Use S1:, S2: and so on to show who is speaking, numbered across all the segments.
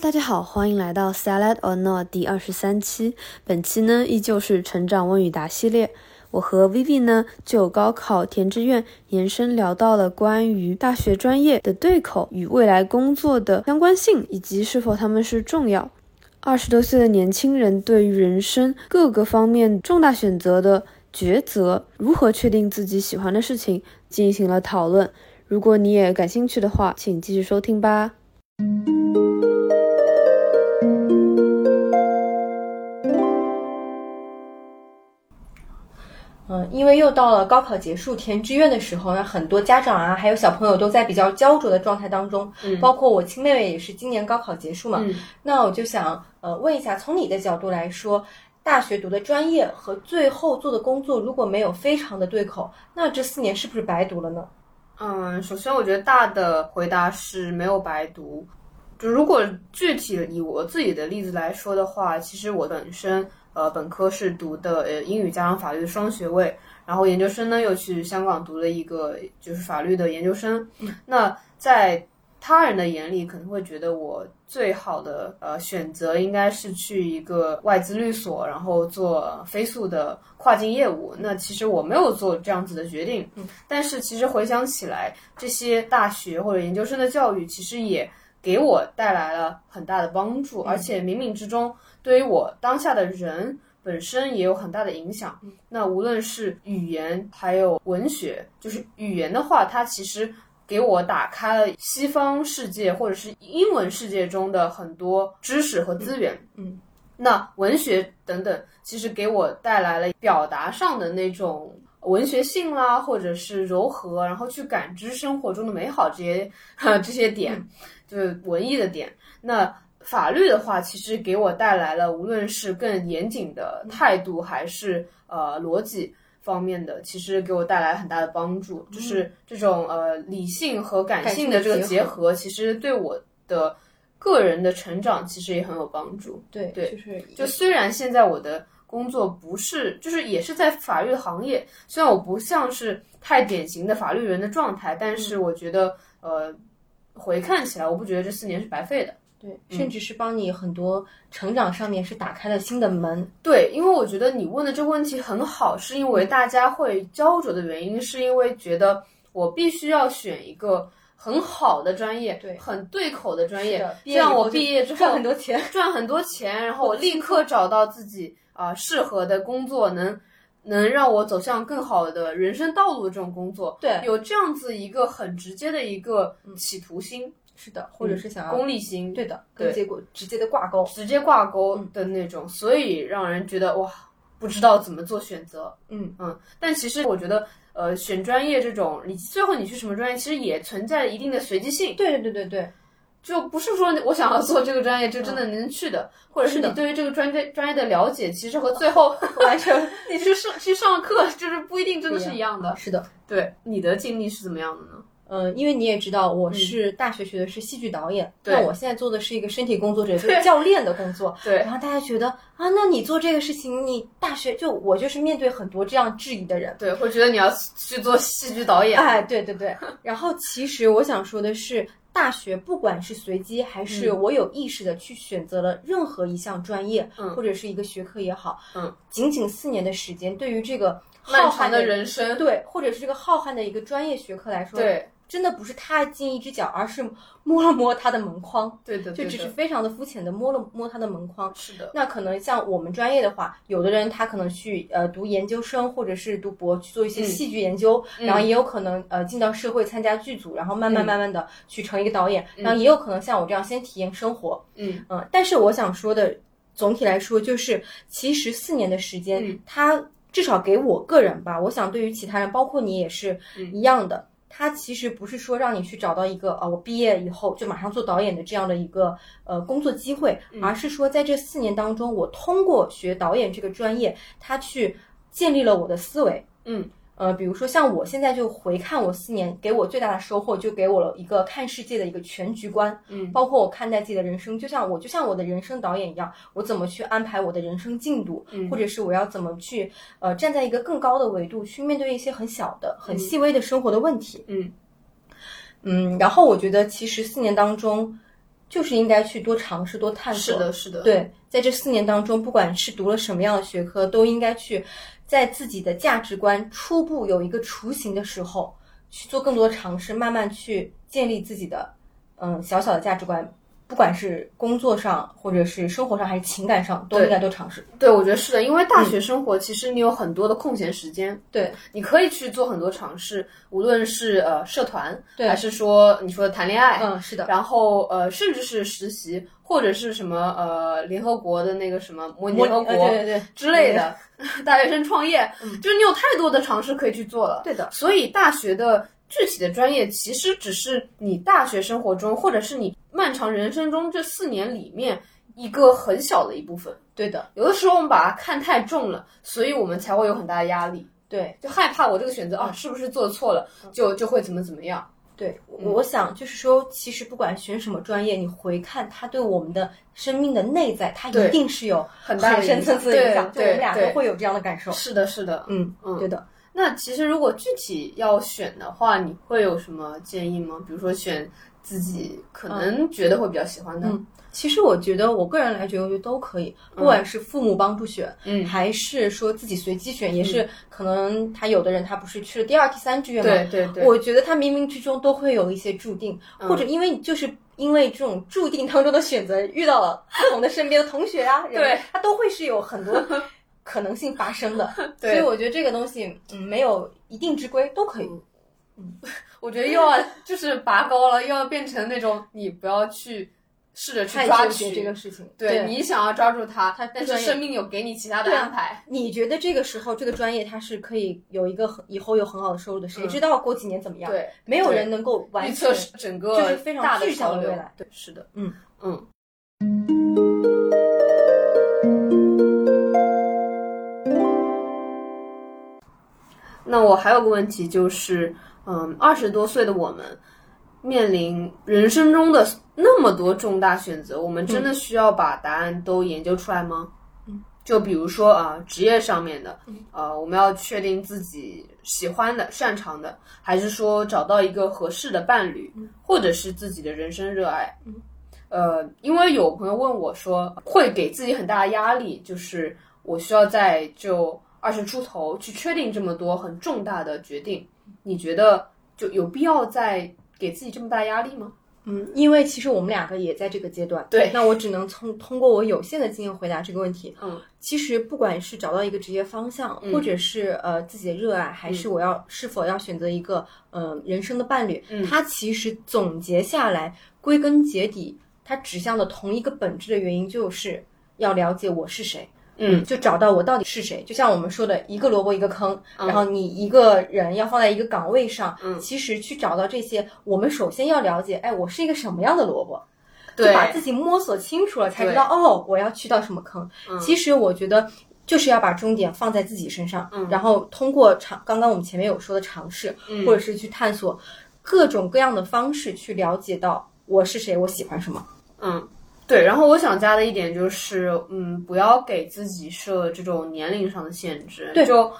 S1: 大家好，欢迎来到 Salad or Not 第二十三期。本期呢依旧是成长问与答系列，我和 Vivi 呢就高考填志愿延伸聊到了关于大学专业的对口与未来工作的相关性，以及是否他们是重要。二十多岁的年轻人对于人生各个方面重大选择的抉择，如何确定自己喜欢的事情，进行了讨论。如果你也感兴趣的话，请继续收听吧。
S2: 嗯，因为又到了高考结束填志愿的时候，那很多家长啊，还有小朋友都在比较焦灼的状态当中。
S1: 嗯
S2: 包括我亲妹妹也是今年高考结束嘛。
S1: 嗯
S2: 那我就想呃问一下，从你的角度来说，大学读的专业和最后做的工作如果没有非常的对口，那这四年是不是白读了呢？
S3: 嗯，首先我觉得大的回答是没有白读。就如果具体的以我自己的例子来说的话，其实我本身呃本科是读的呃英语加上法律双学位，然后研究生呢又去香港读了一个就是法律的研究生。那在他人的眼里可能会觉得我最好的呃选择应该是去一个外资律所，然后做飞速的跨境业务。那其实我没有做这样子的决定，但是其实回想起来，这些大学或者研究生的教育，其实也给我带来了很大的帮助，而且冥冥之中对于我当下的人本身也有很大的影响。那无论是语言还有文学，就是语言的话，它其实。给我打开了西方世界或者是英文世界中的很多知识和资源，
S2: 嗯，
S3: 那文学等等，其实给我带来了表达上的那种文学性啦，或者是柔和，啊然后去感知生活中的美好这些这些点，就是文艺的点。那法律的话，其实给我带来了无论是更严谨的态度，还是呃逻辑方面的，其实给我带来很大的帮助。就是这种呃理性和感
S2: 感性
S3: 性
S2: 的
S3: 的这个
S2: 结
S3: 结合，其实对我的个人的成长其实也很有帮助。
S2: 对
S3: 对
S2: 就是
S3: 就虽然现在我的工作不是，就是也是在法律行业，虽然我不像是太典型的法律人的状态，但是
S2: 嗯
S3: 我觉得，呃，回看起来，我不觉得这四年是白费的。
S2: 对，甚至是帮你很多成长上面是打开了新的门。
S3: 对，因为我觉得你问的这个问题很好，是因
S2: 嗯
S3: 为大家会焦灼的原因，是因为觉得我必须要选一个很好的专业，
S2: 对
S3: 很对口的专业
S2: 是的，
S3: 这样我
S2: 毕
S3: 毕业之后
S2: 赚很多 钱，
S3: 赚很多钱，然后我立刻找到自己啊、适合的工作，能能让我走向更好的人生道路的这种工作，
S2: 对
S3: 有这样子一个很直接的一个企图心、
S2: 是的，或者是想要、
S3: 嗯功利心，嗯
S2: 对的，
S3: 对
S2: 跟结果直接的挂钩。
S3: 直接挂钩的那种，所以让人觉得哇，不知道怎么做选择。
S2: 嗯
S3: 嗯，但其实我觉得，呃，选专业这种，你最后你去什么专业，其实也存在一定的随机性。
S2: 对对对对对，
S3: 就不是说我想要做这个专业就真的能去的，或者
S2: 嗯
S3: 是
S2: 是的哦
S3: 你对于这个专业专业的了解，其实和最后
S2: 完全
S3: 你去上去上课，就是不一定真的是一样的。
S2: 是的。
S3: 对，你的经历是怎么样的呢？
S2: 嗯，因为你也知道，我是大学学的是戏剧导演，
S3: 对
S2: 那我现在做的是一个身体工作者， 就是教练的工作。
S3: 对
S2: 然后大家觉得啊，那你做这个事情，你大学就我就是面对很多这样质疑的人。
S3: 对，会觉得你要去做戏剧导演，
S2: 哎，对对对。然后其实我想说的是，大学不管是随机还是我有意识的去选择了任何一项专业，
S3: 嗯
S2: 或者是一个学科也好，
S3: 嗯，
S2: 仅仅四年的时间，对于这个浩
S3: 漫长
S2: 瀚
S3: 的人生，
S2: 对，或者是这个浩瀚的一个专业学科来说，
S3: 对
S2: 真的不是踏进一只脚，而是摸了摸它的门框，
S3: 对
S2: 就
S3: 的，嗯对的
S2: 只是非常的肤浅的摸了摸它的门框。
S3: 是的，
S2: 那可能像我们专业的话，有的人他可能去呃读研究生或者是读博去做一些戏剧研究，然后也有可能呃进到社会参加剧组，然后慢慢
S3: 嗯
S2: 慢慢的去成一个导演，然后也有可能像我这样先体验生活，
S3: 嗯
S2: 嗯，但是我想说的，总体来说就是，其实四年的时间，
S3: 嗯
S2: 它至少给我个人吧，我想对于其他人，包括你也是
S3: 嗯
S2: 一样的。它其实不是说让你去找到一个啊，我毕业以后就马上做导演的这样的一个呃工作机会，
S3: 嗯
S2: 而是说在这四年当中，我通过学导演这个专业，它去建立了我的思维。
S3: 嗯，
S2: 呃，比如说像我现在就回看我四年，给我最大的收获就给我了一个看世界的一个全局观。
S3: 嗯
S2: 包括我看待自己的人生，就像我就像我的人生导演一样，我怎么去安排我的人生进度，
S3: 嗯
S2: 或者是我要怎么去呃站在一个更高的维度去面对一些很小的、很细微的生活的问题。
S3: 嗯
S2: 嗯，然后我觉得其实四年当中，就是应该去多尝试、多探索。
S3: 嗯是的，是的，
S2: 对，在这四年当中，不管是读了什么样的学科，都应该去在自己的价值观初步有一个雏形的时候，去做更多的尝试，慢慢去建立自己的嗯小小的价值观。不管是工作上，或者是生活上，还是情感上，都
S3: 对
S2: 应该多尝试。
S3: 对，我觉得是的，因为大
S2: 嗯
S3: 学生活其实你有很多的空闲时间，
S2: 对
S3: 你可以去做很多尝试，无论是呃社团，
S2: 对
S3: 还是说你说谈恋爱，
S2: 嗯，是的，
S3: 然后呃甚至是实习，或者是什么呃联合国的那个什么模拟联合国
S2: 呃对对对
S3: 之类的， 大学生创业，就是你有太多的尝试可以去做了。呃
S2: 对的，
S3: 所以大学的具体的专业其实只是你大学生活中，或者是你漫长人生中这四年里面一个很小的一部分。
S2: 对的，
S3: 有的时候我们把它看太重了，所以我们才会有很大的压力，
S2: 对。
S3: 就害怕我这个选择
S2: 嗯
S3: 啊是不是做错了，就就会怎么怎么样。
S2: 对，我我想就是说，其实不管选什么专业，你回看它对我们的生命的内在，它
S3: 对
S2: 一定是有
S3: 很大的
S2: 深
S3: 影
S2: 层
S3: 响
S2: 次的影
S3: 对
S2: 响。
S3: 对
S2: 我们俩都
S3: 对
S2: 会有这样的感受。
S3: 是的，是的，
S2: 嗯
S3: 嗯
S2: 对的。
S3: 那其实如果具体要选的话，你会有什么建议吗？比如说选自己可能觉得会比较喜欢的，
S2: 嗯其实我觉得，我个人来觉得，我觉得都可以，不管是父母帮助选，
S3: 嗯
S2: 还是说自己随机选，也是可能他有的人他不是去了第二、第三志愿嘛，
S3: 对对对，
S2: 我觉得他冥冥之中都会有一些注定，或者因为就是因为这种注定当中的选择，遇到了不同的身边的同学啊，人
S3: 对，
S2: 他都会是有很多可能性发生 的。所
S3: 对
S2: 以我觉得这个东西，嗯，没有一定之规，都可以。
S3: 我觉得又
S2: 嗯
S3: 要就是拔高了，又要变成那种你不要去试着去
S2: 太
S3: 抓
S2: 纠结
S3: 取
S2: 这个。事情，
S3: 对你想要抓住它
S2: 它，
S3: 但
S2: 不
S3: 是
S2: 专业
S3: 生命有给你其他的
S2: 对啊
S3: 安排。
S2: 你觉得这个时候这个专业它是可以有一个很以后有很好的收入的，谁
S3: 嗯
S2: 知道过几年怎么样？，
S3: 对，
S2: 没有
S3: 对
S2: 人能够完
S3: 预
S2: 全
S3: 测是整
S2: 就
S3: 个
S2: 是非常
S3: 大的
S2: 具象
S3: 潮
S2: 的
S3: 流
S2: 未来
S3: 对，是的，
S2: 嗯
S3: 嗯。那我还有个问题就是，嗯，二十多岁的我们面临人生中的那么多重大选择，我们真的需要把答案都研究出来吗？
S2: 嗯，
S3: 就比如说啊、职业上面的，呃，我们要确定自己喜欢的、擅长的，还是说找到一个合适的伴侣，或者是自己的人生热爱。
S2: 嗯
S3: 呃，因为有朋友问我说，会给自己很大的压力，就是我需要在就二十出头去确定这么多很重大的决定，你觉得就有必要再给自己这么大压力吗？
S2: 嗯，因为其实我们两个也在这个阶段，
S3: 对
S2: 那我只能从通过我有限的经验回答这个问题。
S3: 嗯，
S2: 其实不管是找到一个职业方向，
S3: 嗯
S2: 或者是呃自己的热爱，还是我要、是否要选择一个呃人生的伴侣，
S3: 嗯
S2: 它其实总结下来，归根结底，它指向的同一个本质的原因就是要了解我是谁。
S3: 嗯，
S2: 就找到我到底是谁。就像我们说的，一个萝卜一个坑，
S3: 嗯
S2: 然后你一个人要放在一个岗位上，
S3: 嗯
S2: 其实去找到这些，我们首先要了解，哎，我是一个什么样的萝卜，
S3: 对
S2: 就把自己摸索清楚了，才知道哦，我要去到什么坑。
S3: 嗯
S2: 其实我觉得。就是要把重点放在自己身上，
S3: 嗯
S2: 然后通过尝，刚刚我们前面有说的尝试，
S3: 嗯
S2: 或者是去探索各种各样的方式，去了解到我是谁，我喜欢什么。
S3: 嗯，对。然后我想加的一点就是，嗯，不要给自己设这种年龄上的限制。
S2: 对
S3: 就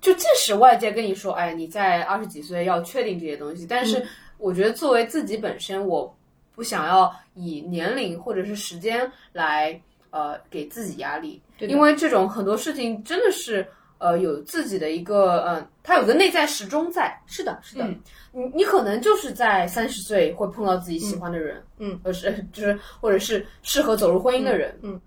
S3: 就即使外界跟你说，哎，你在二十几岁要确定这些东西，但
S2: 嗯
S3: 是我觉得作为自己本身，我不想要以年龄或者是时间来呃给自己压力，
S2: 对的
S3: 因为这种很多事情真的是。呃，有自己的一个，嗯、它有个内在时钟在，
S2: 是的，是的，
S3: 嗯你你可能就是在三十岁会碰到自己喜欢的人，
S2: 嗯，
S3: 呃是 就是或者是适合走入婚姻的人，
S2: 嗯嗯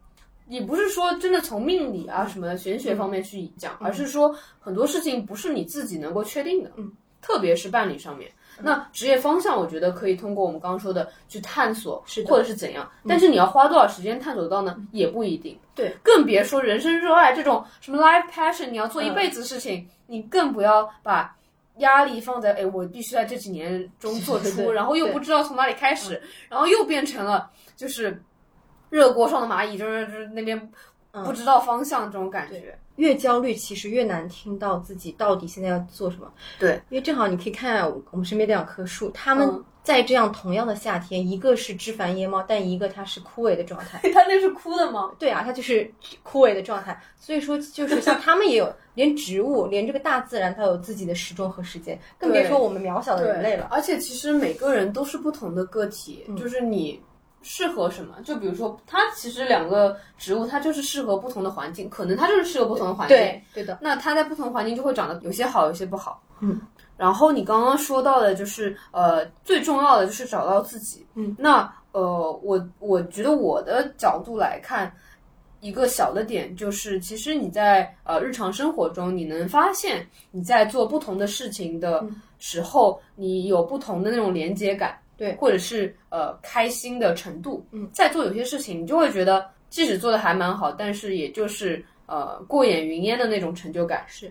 S3: 你不是说真的从命理啊什么玄
S2: 嗯
S3: 学方面去讲，而是说很多事情不是你自己能够确定的，
S2: 嗯，
S3: 特别是伴侣上面。那职业方向，我觉得可以通过我们刚刚说的去探索，
S2: 是的嗯
S3: 或者是怎样。但是你要花多少时间探索到呢？也不一定。
S2: 对，
S3: 更别说人生热爱这种什么 life passion，你要做一
S2: 嗯
S3: 辈子的事情，你更不要把压力放在哎，我必须在这几年中做
S2: 对对
S3: 出，
S2: 对
S3: 然后又不知道从哪里开始，然后又变成了就是热锅上的蚂蚁，就是就是那边不知道方向这种感觉。
S2: 越焦虑，其实越难听到自己到底现在要做什么。
S3: 对，
S2: 因为正好你可以看我我们身边两棵树，它们
S3: 嗯
S2: 在这样同样的夏天，一个是枝繁叶茂，但一个它是枯萎的状态。
S3: 他那是哭的吗？
S2: 对啊，它就是枯萎的状态。所以说，就是像它们也有，连植物，连这个大自然，它有自己的时钟和时间，更别
S3: 对呃
S2: 说我们渺小的人类了。
S3: 嗯而且其实每个人都是不同的个体，就是你适合什么？就比如说，它其实两个植物，它就是适合不同的环境，可能它就是适合不同的环境。
S2: 对，对的，
S3: 那它在不同环境就会长得有些好，有些不好。
S2: 嗯。
S3: 然后你刚刚说到的，就是呃，最重要的就是找到自己。
S2: 嗯。
S3: 那呃，我我觉得我的角度来看，一个小的点就是，其实你在呃日常生活中，你能发现你在做不同的事情
S2: 嗯
S3: 的时候，你有不同的那种连接感，
S2: 对
S3: 或者是呃开心的程度。
S2: 嗯，
S3: 在做有些事情，你就会觉得即使做的还蛮好，但是也就是呃过眼云烟的那种成就感。
S2: 是，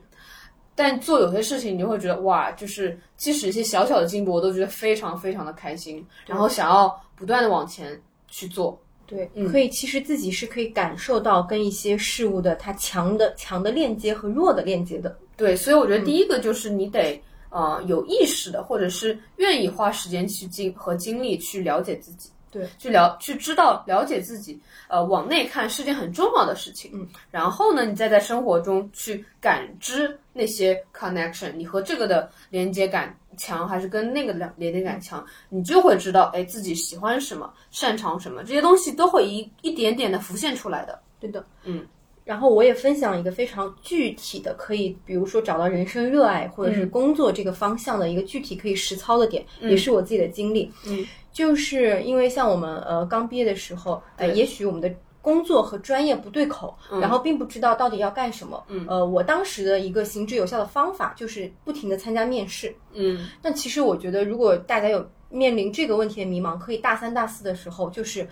S3: 但做有些事情，你就会觉得哇，就是即使一些小小的进步，我都觉得非常非常的开心，然后想要不断的往前去做。
S2: 对，
S3: 嗯
S2: 可以，其实自己是可以感受到跟一些事物的它强的强的链接和弱的链接的。
S3: 对，所以我觉得第一个就是你得、呃有意识的，或者是愿意花时间去精和精力去了解自己。
S2: 对，
S3: 去了去知道了解自己，呃，往内看是件很重要的事情。
S2: 嗯，
S3: 然后呢，你再在生活中去感知那些 connection，你和这个的连接感强还是跟那个的连接感强，你就会知道，哎，自己喜欢什么，擅长什么，这些东西都会一一点点的浮现出来的。
S2: 对的，
S3: 嗯。
S2: 然后我也分享一个非常具体的，可以比如说找到人生热爱或者
S3: 嗯
S2: 是工作这个方向的一个具体可以实操的点，也是我自己的经历。
S3: 嗯，
S2: 就是因为像我们呃刚毕业的时候，呃，
S3: 对
S2: 也许我们的。工作和专业不对口，然后并不知道到底要干什么。
S3: 嗯
S2: 呃，我当时的一个行之有效的方法就是不停的参加面试。
S3: 嗯
S2: 但其实我觉得，如果大家有面临这个问题的迷茫，可以大三、大四的时候，就是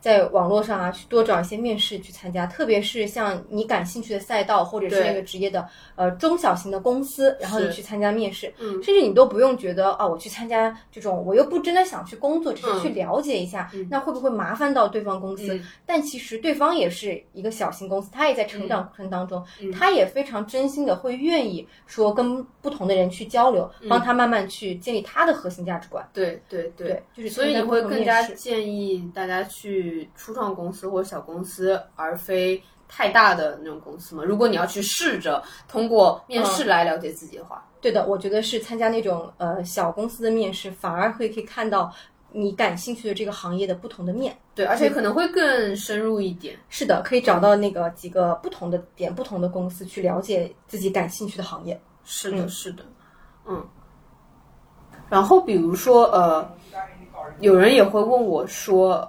S2: 在网络上啊，去多找一些面试去参加，特别是像你感兴趣的赛道或者是
S3: 对
S2: 那个职业的呃中小型的公司，然后你去参加面试，
S3: 嗯
S2: 甚至你都不用觉得啊，我去参加这种，我又不真的想去工作，只是
S3: 嗯
S2: 去了解一下，
S3: 嗯
S2: 那会不会麻烦到对方公司？
S3: 嗯
S2: 但其实对方也是一个小型公司，他也在成长过程当中，
S3: 嗯
S2: 他也非常真心的会愿意说跟不同的人去交流，
S3: 嗯
S2: 帮他慢慢去建立他的核心价值观。
S3: 对对对
S2: 对，就是
S3: 所以你
S2: 参加不
S3: 会
S2: 同
S3: 更
S2: 面
S3: 加
S2: 试
S3: 建议大家去初创公司或者小公司，而非太大的那种公司吗？如果你要去试着通过面
S2: 嗯
S3: 试来了解自己的话，
S2: 对的，我觉得是参加那种呃小公司的面试，反而会可以看到你感兴趣的这个行业的不同的面。
S3: 对，而且可能会更深入一点。
S2: 是的，可以找到那个几个不同的点、不同的公司去了解自己感兴趣的行业。
S3: 是的，
S2: 嗯
S3: 是的，嗯。然后比如说，呃，有人也会问我说，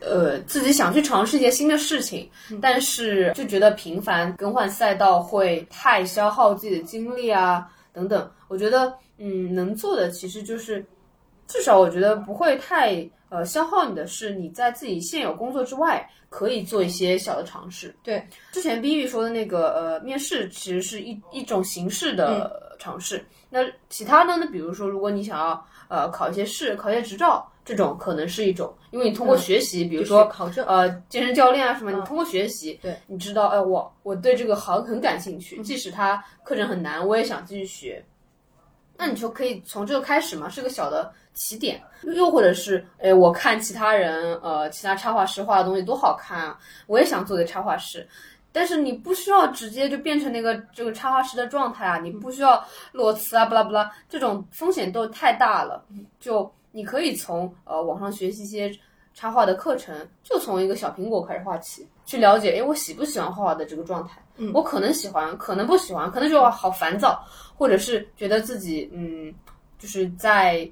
S3: 呃，自己想去尝试一些新的事情，但是就觉得频繁更换赛道会太消耗自己的精力啊，等等。我觉得，嗯，能做的其实就是，至少我觉得不会太呃消耗你的是，你在自己现有工作之外，可以做一些小的尝试。
S2: 对，
S3: 之前 B B 说的那个呃，面试其实是一一种形式的尝试。那其他的呢？比如说，如果你想要呃考一些试、考一些执照，这种可能是一种，因为你通过学习，比
S2: 比
S3: 如说
S2: 考证，
S3: 呃健身教练啊什么，你通过学习，
S2: 对，
S3: 你知道，哎，我我对这个行很感兴趣，即使它课程很难，我也想继续学。那你就可以从这个开始嘛，是个小的起点。又或者是，哎，我看其他人，呃，其他插画师画的东西多好看啊，我也想做个插画师。但是你不需要直接就变成那个这个插画师的状态啊，你不需要裸辞啊，不啦不啦，这种风险都太大了。就你可以从呃网上学习一些插画的课程，就从一个小苹果开始画起，去了解，哎，我喜不喜欢画画的这个状态？
S2: 嗯
S3: 我可能喜欢，可能不喜欢，可能就哇好烦躁，或者是觉得自己嗯，就是在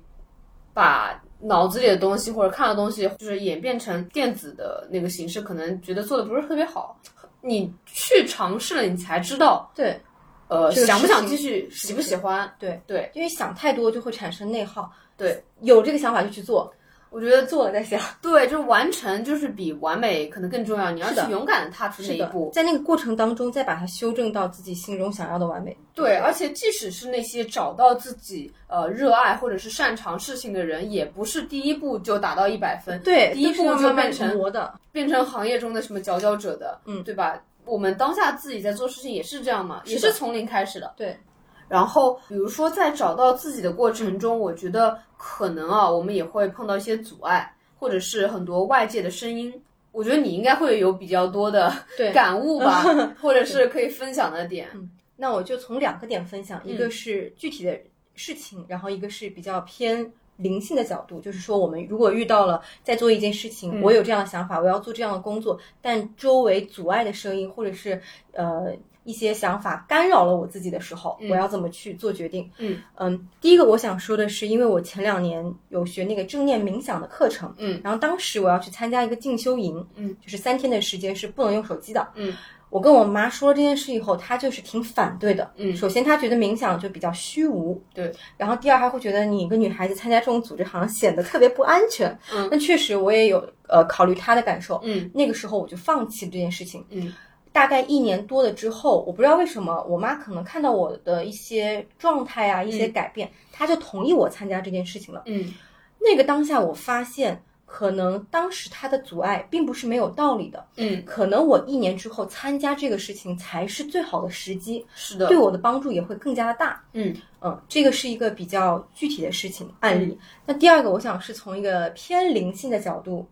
S3: 把脑子里的东西或者看的东西，就是演变成电子的那个形式，可能觉得做的不是特别好。你去尝试了，你才知道，
S2: 对
S3: 呃，
S2: 这个
S3: 想不
S2: 事
S3: 想
S2: 情
S3: 继续，
S2: 是
S3: 喜
S2: 不
S3: 不
S2: 是
S3: 喜欢。
S2: 对
S3: 对，
S2: 因为想太多就会产生内耗。
S3: 对，
S2: 有这个想法就去做，
S3: 我觉得
S2: 做了再想。
S3: 对，就是完成就是比完美可能更重要。你要
S2: 是的
S3: 去勇敢的踏出那
S2: 是
S3: 一
S2: 的
S3: 步，。
S2: 在那个过程当中，再把它修正到自己心中想要的完美。
S3: 对，而且即使是那些找到自己呃热爱或者是擅长事情的人，也不是第一步就打到一百分，
S2: 对，
S3: 第一
S2: 都是
S3: 步
S2: 要
S3: 就
S2: 慢慢
S3: 变成
S2: 磨的。
S3: 变成行业中的什么佼佼者的，
S2: 嗯
S3: 对吧？我们当下自己在做事情也是这样嘛，也
S2: 是的
S3: 是从零开始的。
S2: 对，
S3: 然后，比如说在找到自己的过程中，我觉得可能啊，我们也会碰到一些阻碍，或者是很多外界的声音。我觉得你应该会有比较多的
S2: 对
S3: 感悟 吧，或者是可以分享的点。
S2: 那
S3: 嗯
S2: 我就从两个点分享，一个是具体的事情，然后一个是比较偏灵性的角度，就是说我们如果遇到了在做一件事情，
S3: 嗯
S2: 我有这样的想法，我要做这样的工作，但周围阻碍的声音或者是呃一些想法干扰了我自己的时候，我要怎么去做决定？
S3: 嗯
S2: 嗯，第一个我想说的是，因为我前两年有学那个正念冥想的课程，
S3: 嗯
S2: 然后当时我要去参加一个进修营，
S3: 嗯，
S2: 就是三天的时间是不能用手机的，
S3: 嗯。
S2: 我跟我妈说了这件事以后，她就是挺反对的。
S3: 嗯
S2: 首先她觉得冥想就比较虚无，
S3: 对。
S2: 然后第二，她会觉得你一个女孩子参加这种组织好像显得特别不安全。
S3: 嗯
S2: 那确实我也有呃考虑她的感受。
S3: 嗯
S2: 那个时候我就放弃了这件事情。
S3: 嗯
S2: 大概一年多了之后，我不知道为什么，我妈可能看到我的一些状态啊，一些改变，她就同意我参加这件事情了。
S3: 嗯
S2: 那个当下，我发现可能当时她的阻碍并不是没有道理的，
S3: 嗯，
S2: 可能我一年之后参加这个事情才是最好的时机，
S3: 是的，
S2: 对我的帮助也会更加的大。
S3: 嗯
S2: 嗯，这个是一个比较具体的事情案例。那第二个，我想是从一个偏灵性的角度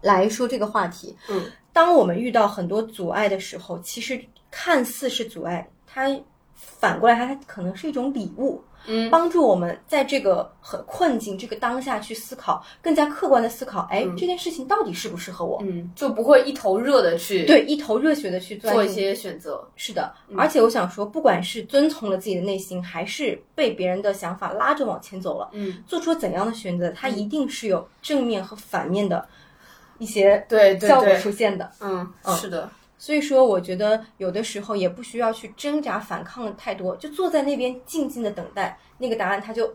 S2: 来说这个话题。
S3: 嗯
S2: 当我们遇到很多阻碍的时候，其实看似是阻碍，它反过来它可能是一种礼物，
S3: 嗯
S2: 帮助我们在这个很困境、这个当下去思考，更加客观的思考，哎，
S3: 嗯
S2: 这件事情到底适不适合我？
S3: 嗯，就不会一头热的去
S2: 对，一头热血的去钻
S3: 做一
S2: 进
S3: 些嗯选择。
S2: 是的，而且我想说，不管是遵从了自己的内心，还是被别人的想法拉着往前走了，
S3: 嗯，
S2: 做出怎样的选择，它一定是有正面和反面的一些
S3: 对对
S2: 效果出
S3: 对，
S2: 现的。
S3: 嗯，是的，
S2: 所以说，我觉得有的时候也不需要去挣扎反抗的太多，就坐在那边静静的等待，那个答案它就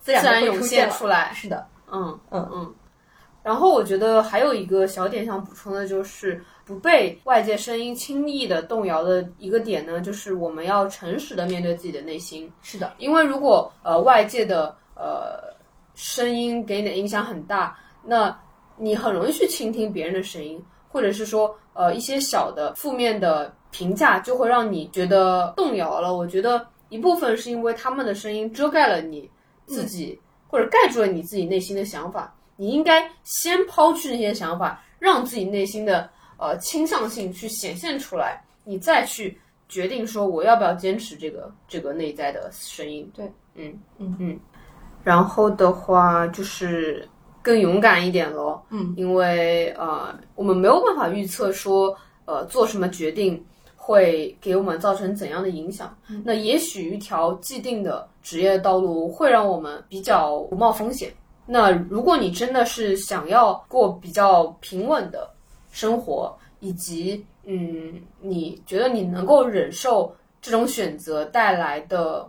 S2: 自然
S3: 自
S2: 地
S3: 然
S2: 会
S3: 涌
S2: 出现
S3: 现
S2: 了。
S3: 出来。
S2: 是的，
S3: 嗯
S2: 嗯
S3: 嗯嗯。然后我觉得还有一个小点想补充的就是，不被外界声音轻易的动摇的一个点呢，就是我们要诚实的面对自己的内心。
S2: 是的，
S3: 因为如果呃外界的呃声音给你的影响很大，那你很容易去倾听别人的声音，或者是说呃一些小的负面的评价，就会让你觉得动摇了。我觉得一部分是因为他们的声音遮盖了你自己，或者盖住了你自己内心的想法。你应该先抛去那些想法，让自己内心的呃倾向性去显现出来，你再去决定说我要不要坚持这个这个内在的声音。
S2: 对，
S3: 嗯
S2: 嗯
S3: 嗯。然后的话就是更勇敢一点咯，
S2: 嗯，
S3: 因为呃我们没有办法预测说呃做什么决定会给我们造成怎样的影响。
S2: 嗯
S3: 那也许一条既定的职业道路会让我们比较不冒风险。那如果你真的是想要过比较平稳的生活，以及嗯，你觉得你能够忍受这种选择带来的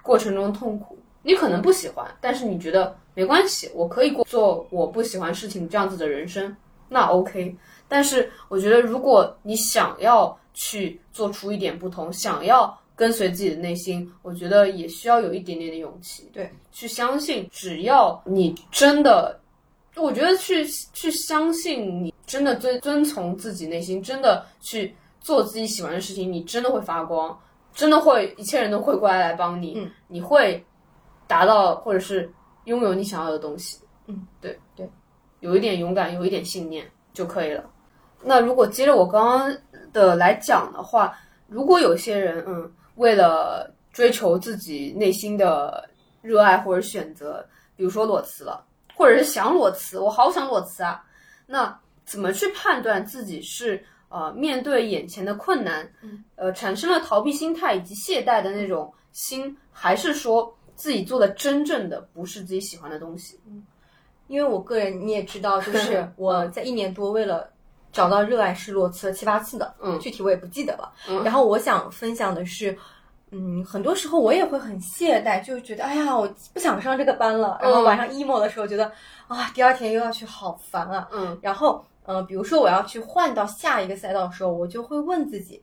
S3: 过程中痛苦，你可能不喜欢，但是你觉得没关系，我可以过做我不喜欢事情这样子的人生，那 OK。但是我觉得，如果你想要去做出一点不同，想要跟随自己的内心，我觉得也需要有一点点的勇气，
S2: 对，
S3: 去相信，只要你真的我觉得去去相信你真的遵遵从自己内心，真的去做自己喜欢的事情，你真的会发光，真的会一切人都会过来来帮你，
S2: 嗯
S3: 你会达到或者是拥有你想要的东西。
S2: 嗯，
S3: 对
S2: 对，
S3: 有一点勇敢，有一点信念就可以了。那如果接着我刚刚的来讲的话，如果有些人嗯，为了追求自己内心的热爱或者选择，比如说裸辞了。或者是想裸辞，我好想裸辞啊。那怎么去判断自己是呃面对眼前的困难，呃产生了逃避心态以及懈怠的那种心，还是说自己做的真正的不是自己喜欢的东西？
S2: 因为我个人你也知道， 就是我在一年多为了找到热爱是裸辞了七八次的，
S3: 嗯
S2: 具体我也不记得了。
S3: 嗯
S2: 然后我想分享的是，嗯，很多时候我也会很懈怠，就觉得哎呀，我不想上这个班了。然
S3: 嗯
S2: 后晚上 emo 的时候，觉得啊，第二天又要去，好烦啊。
S3: 嗯
S2: 然后，嗯、比如说我要去换到下一个赛道的时候，我就会问自己，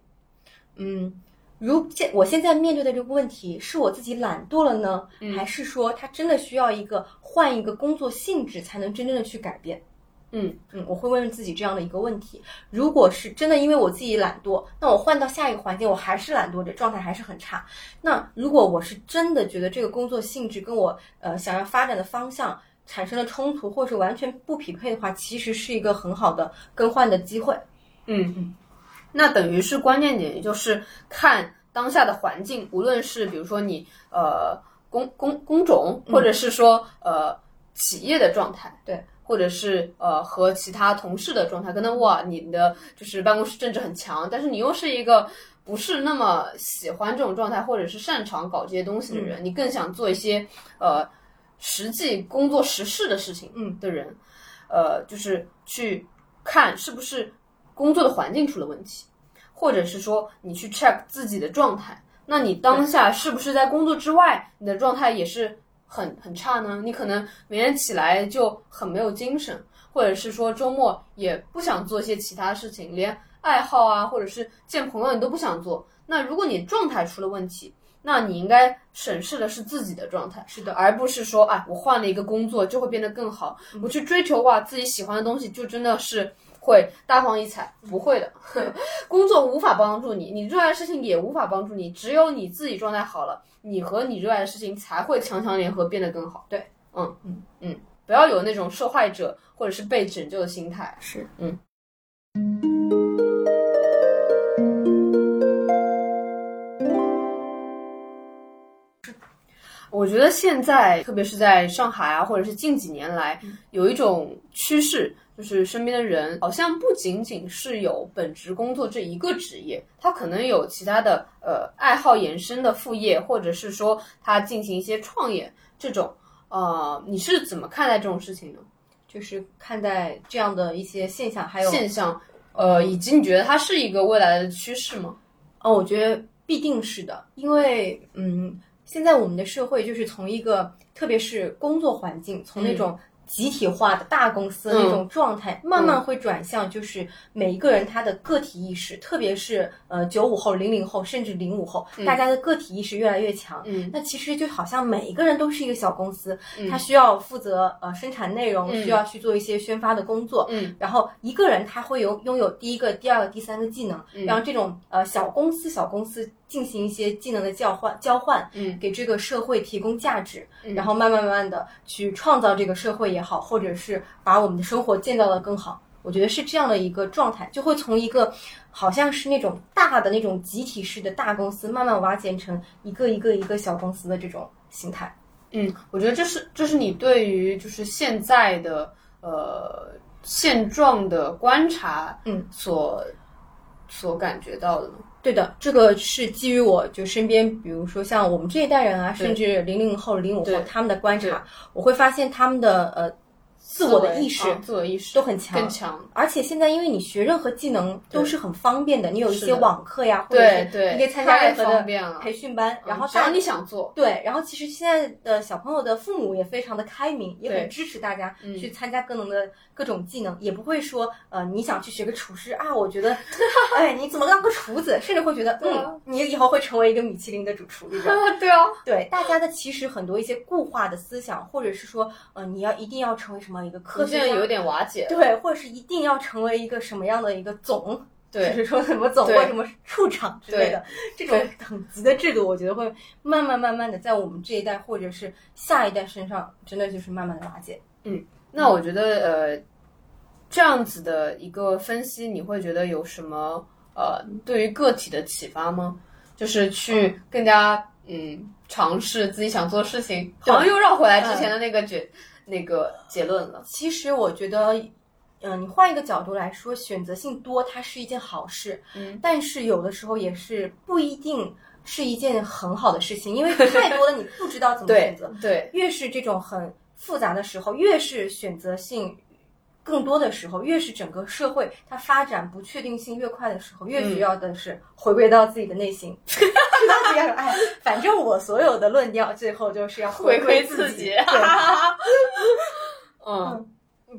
S2: 嗯，如现我现在面对的这个问题，是我自己懒惰了呢，还是说它真的需要一个换一个工作性质才能真正的去改变？
S3: 嗯
S2: 嗯，我会问自己这样的一个问题：如果是真的因为我自己懒惰，那我换到下一个环境，我还是懒惰，这状态还是很差。那如果我是真的觉得这个工作性质跟我呃想要发展的方向产生了冲突，或是完全不匹配的话，其实是一个很好的更换的机会。
S3: 嗯，那等于是关键点，也就是看当下的环境，无论是比如说你呃工工工种，或者是说呃企业的状态，
S2: 对，
S3: 或者是呃和其他同事的状态，可能哇，你的就是办公室政治很强，但是你又是一个不是那么喜欢这种状态，或者是擅长搞这些东西的人，你更想做一些呃实际工作实事的事情，
S2: 嗯
S3: 的人，呃，就是去看是不是工作的环境出了问题，或者是说你去 check 自己的状态。那你当下是不是在工作之外，你的状态也是很很差呢？你可能每天起来就很没有精神，或者是说周末也不想做一些其他事情，连爱好啊，或者是见朋友你都不想做。那如果你状态出了问题，那你应该审视的是自己的状态，
S2: 是的
S3: 而不是说，哎，我换了一个工作就会变得更好，我去追求哇自己喜欢的东西，就真的是会大放异彩，不会的。 工作无法帮助你，你热爱的事情也无法帮助你，只有你自己状态好了，你和你热爱的事情才会强强联合，变得更好。
S2: 对，
S3: 嗯嗯嗯，不要有那种受害者或者是被拯救的心态。
S2: 是，
S3: 嗯。我觉得现在，特别是在上海啊，或者是近几年来，
S2: 嗯
S3: 有一种趋势，就是身边的人好像不仅仅是有本职工作这一个职业，他可能有其他的呃爱好延伸的副业，或者是说他进行一些创业这种。呃，你是怎么看待这种事情呢？
S2: 就是看待这样的一些现象，还有
S3: 现象，呃，以及你觉得它是一个未来的趋势吗？
S2: 哦，我觉得必定是的，因为嗯，现在我们的社会就是从一个，特别是工作环境，从那种集体化的大公司
S3: 嗯
S2: 那种状态，慢慢会转向就是每一个人他的个体意识，特别是呃九五后、零零后，甚至零五后，大家的个体意识越来越强。
S3: 嗯
S2: 那其实就好像每一个人都是一个小公司，
S3: 嗯
S2: 他需要负责呃生产内容，
S3: 嗯
S2: 需要去做一些宣发的工作，
S3: 嗯
S2: 然后一个人他会有拥有第一个、第二个、第三个技能，
S3: 嗯
S2: 让这种呃小公司、小公司进行一些技能的交换，交换
S3: 嗯
S2: 给这个社会提供价值，
S3: 嗯
S2: 然后慢慢慢慢的去创造这个社会也好，或者是把我们的生活建造的更好。我觉得是这样的一个状态，就会从一个好像是那种大的那种集体式的大公司，慢慢瓦解成一个一个一个小公司的这种形态。
S3: 嗯，我觉得这是这是你对于就是现在的呃现状的观察，
S2: 嗯，
S3: 所所感觉到的吗。
S2: 对的，这个是基于我就身边，比如说像我们这一代人啊，
S3: 对
S2: 甚至零零后、零五
S3: 对
S2: 后他们的观
S3: 对
S2: 察，我会发现他们的呃自我的意识
S3: 啊自我意识
S2: 都很强
S3: 更。强。
S2: 而且现在，因为你学任何技能都是很方便的，你有一
S3: 是
S2: 些
S3: 的
S2: 网课呀，或者
S3: 对
S2: 是
S3: 对
S2: 你可以参加任何
S3: 太方便了嗯
S2: 的培训班，然后
S3: 只要
S2: 大
S3: 你想做，
S2: 对，然后其实现在的小朋友的父母也非常的开明，也
S3: 对嗯
S2: 很支持大家去参加各种的各种技能，也不会说呃你想去学个厨师啊，我觉 得哎你怎么当个厨子，甚至会觉得
S3: 对啊
S2: 嗯你以后会成为一个米其林的主厨，你知道吗？
S3: 啊， 对啊，
S2: 对，大家的其实很多一些固化的思想，或者是说呃你要一定要成为什么一个科
S3: 我
S2: 学
S3: 现
S2: 家
S3: 在，有点瓦解了。
S2: 对，或者是一定要成为一个什么样的一个总。就
S3: 对
S2: 是说什么总会
S3: 对
S2: 什么处长之类的这种等级的制度，我觉得会慢慢慢慢的在我们这一代或者是下一代身上，真的就是慢慢的瓦解。
S3: 那我觉得呃，这样子的一个分析，你会觉得有什么呃对于个体的启发吗？就是去更加嗯尝试自己想做的事情，
S2: 对嗯
S3: 好像又绕回来之前的那个结、那个结论了。
S2: 其实我觉得，嗯、你换一个角度来说，选择性多它是一件好事，
S3: 嗯，
S2: 但是有的时候也是不一定是一件很好的事情，因为太多了，你不知道怎么选
S3: 嗯对
S2: 择。
S3: 对，
S2: 越是这种很复杂的时候，越是选择性更多的时候，越是整个社会它发展不确定性越快的时候，越
S3: 嗯
S2: 需要的是回归到自己的内心， 知道自己要什么哎，反正我所有的论调最后就是要
S3: 回
S2: 归
S3: 归自己
S2: 己。
S3: 哈
S2: 对
S3: 哈哈。嗯，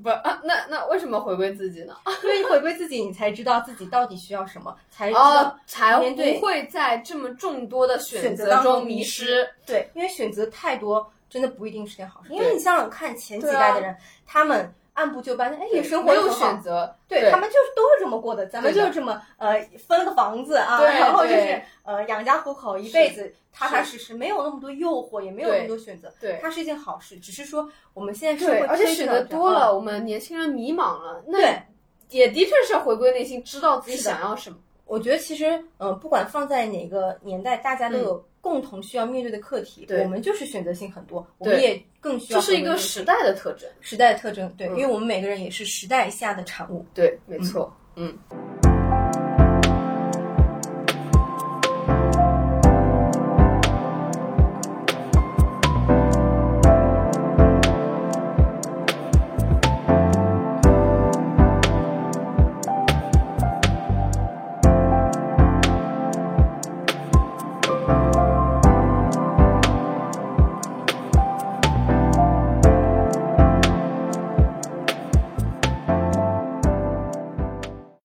S3: 不，啊、那那为什么回归自己呢？
S2: 因为回归自己，你才知道自己到底需要什么，才知道
S3: 哦，才
S2: 面对
S3: 不会在这么众多的选
S2: 选择
S3: 择
S2: 当
S3: 中
S2: 中
S3: 迷
S2: 迷
S3: 失。
S2: 对，因为选择太多，真的不一定是件好事。因
S3: 对
S2: 为你想想看，前几
S3: 对啊
S2: 代的人，他们按部就班，哎，也生活
S3: 没
S2: 又
S3: 有
S2: 很好
S3: 选择，
S2: 对他们就是都是这么过的，咱们
S3: 对
S2: 就
S3: 的
S2: 是这么呃分了个房子啊，
S3: 对
S2: 然后就
S3: 对
S2: 是呃养家糊口，一辈子踏踏实实，没有那么多诱惑，也没有
S3: 对
S2: 那么多选择，
S3: 对
S2: 它是一件好事。只是说我们现在社
S3: 对，
S2: 会
S3: 而且
S2: 推
S3: 选
S2: 动
S3: 择
S2: 着
S3: 多
S2: 啊
S3: 了，我们年轻人迷茫了。那
S2: 对
S3: 也的确是要回归内心，知道自己想要什么。
S2: 我觉得其实嗯、呃不管放在哪个年代，大家都有共同需要面对的课题，
S3: 对
S2: 我们就是选择性很多，我们
S3: 对
S2: 也更需要
S3: 这是一
S2: 和我
S3: 个
S2: 们
S3: 时代的特征。
S2: 时代的特征，对，
S3: 嗯
S2: 因为我们每个人也是时代下的产物。
S3: 对，没错。嗯，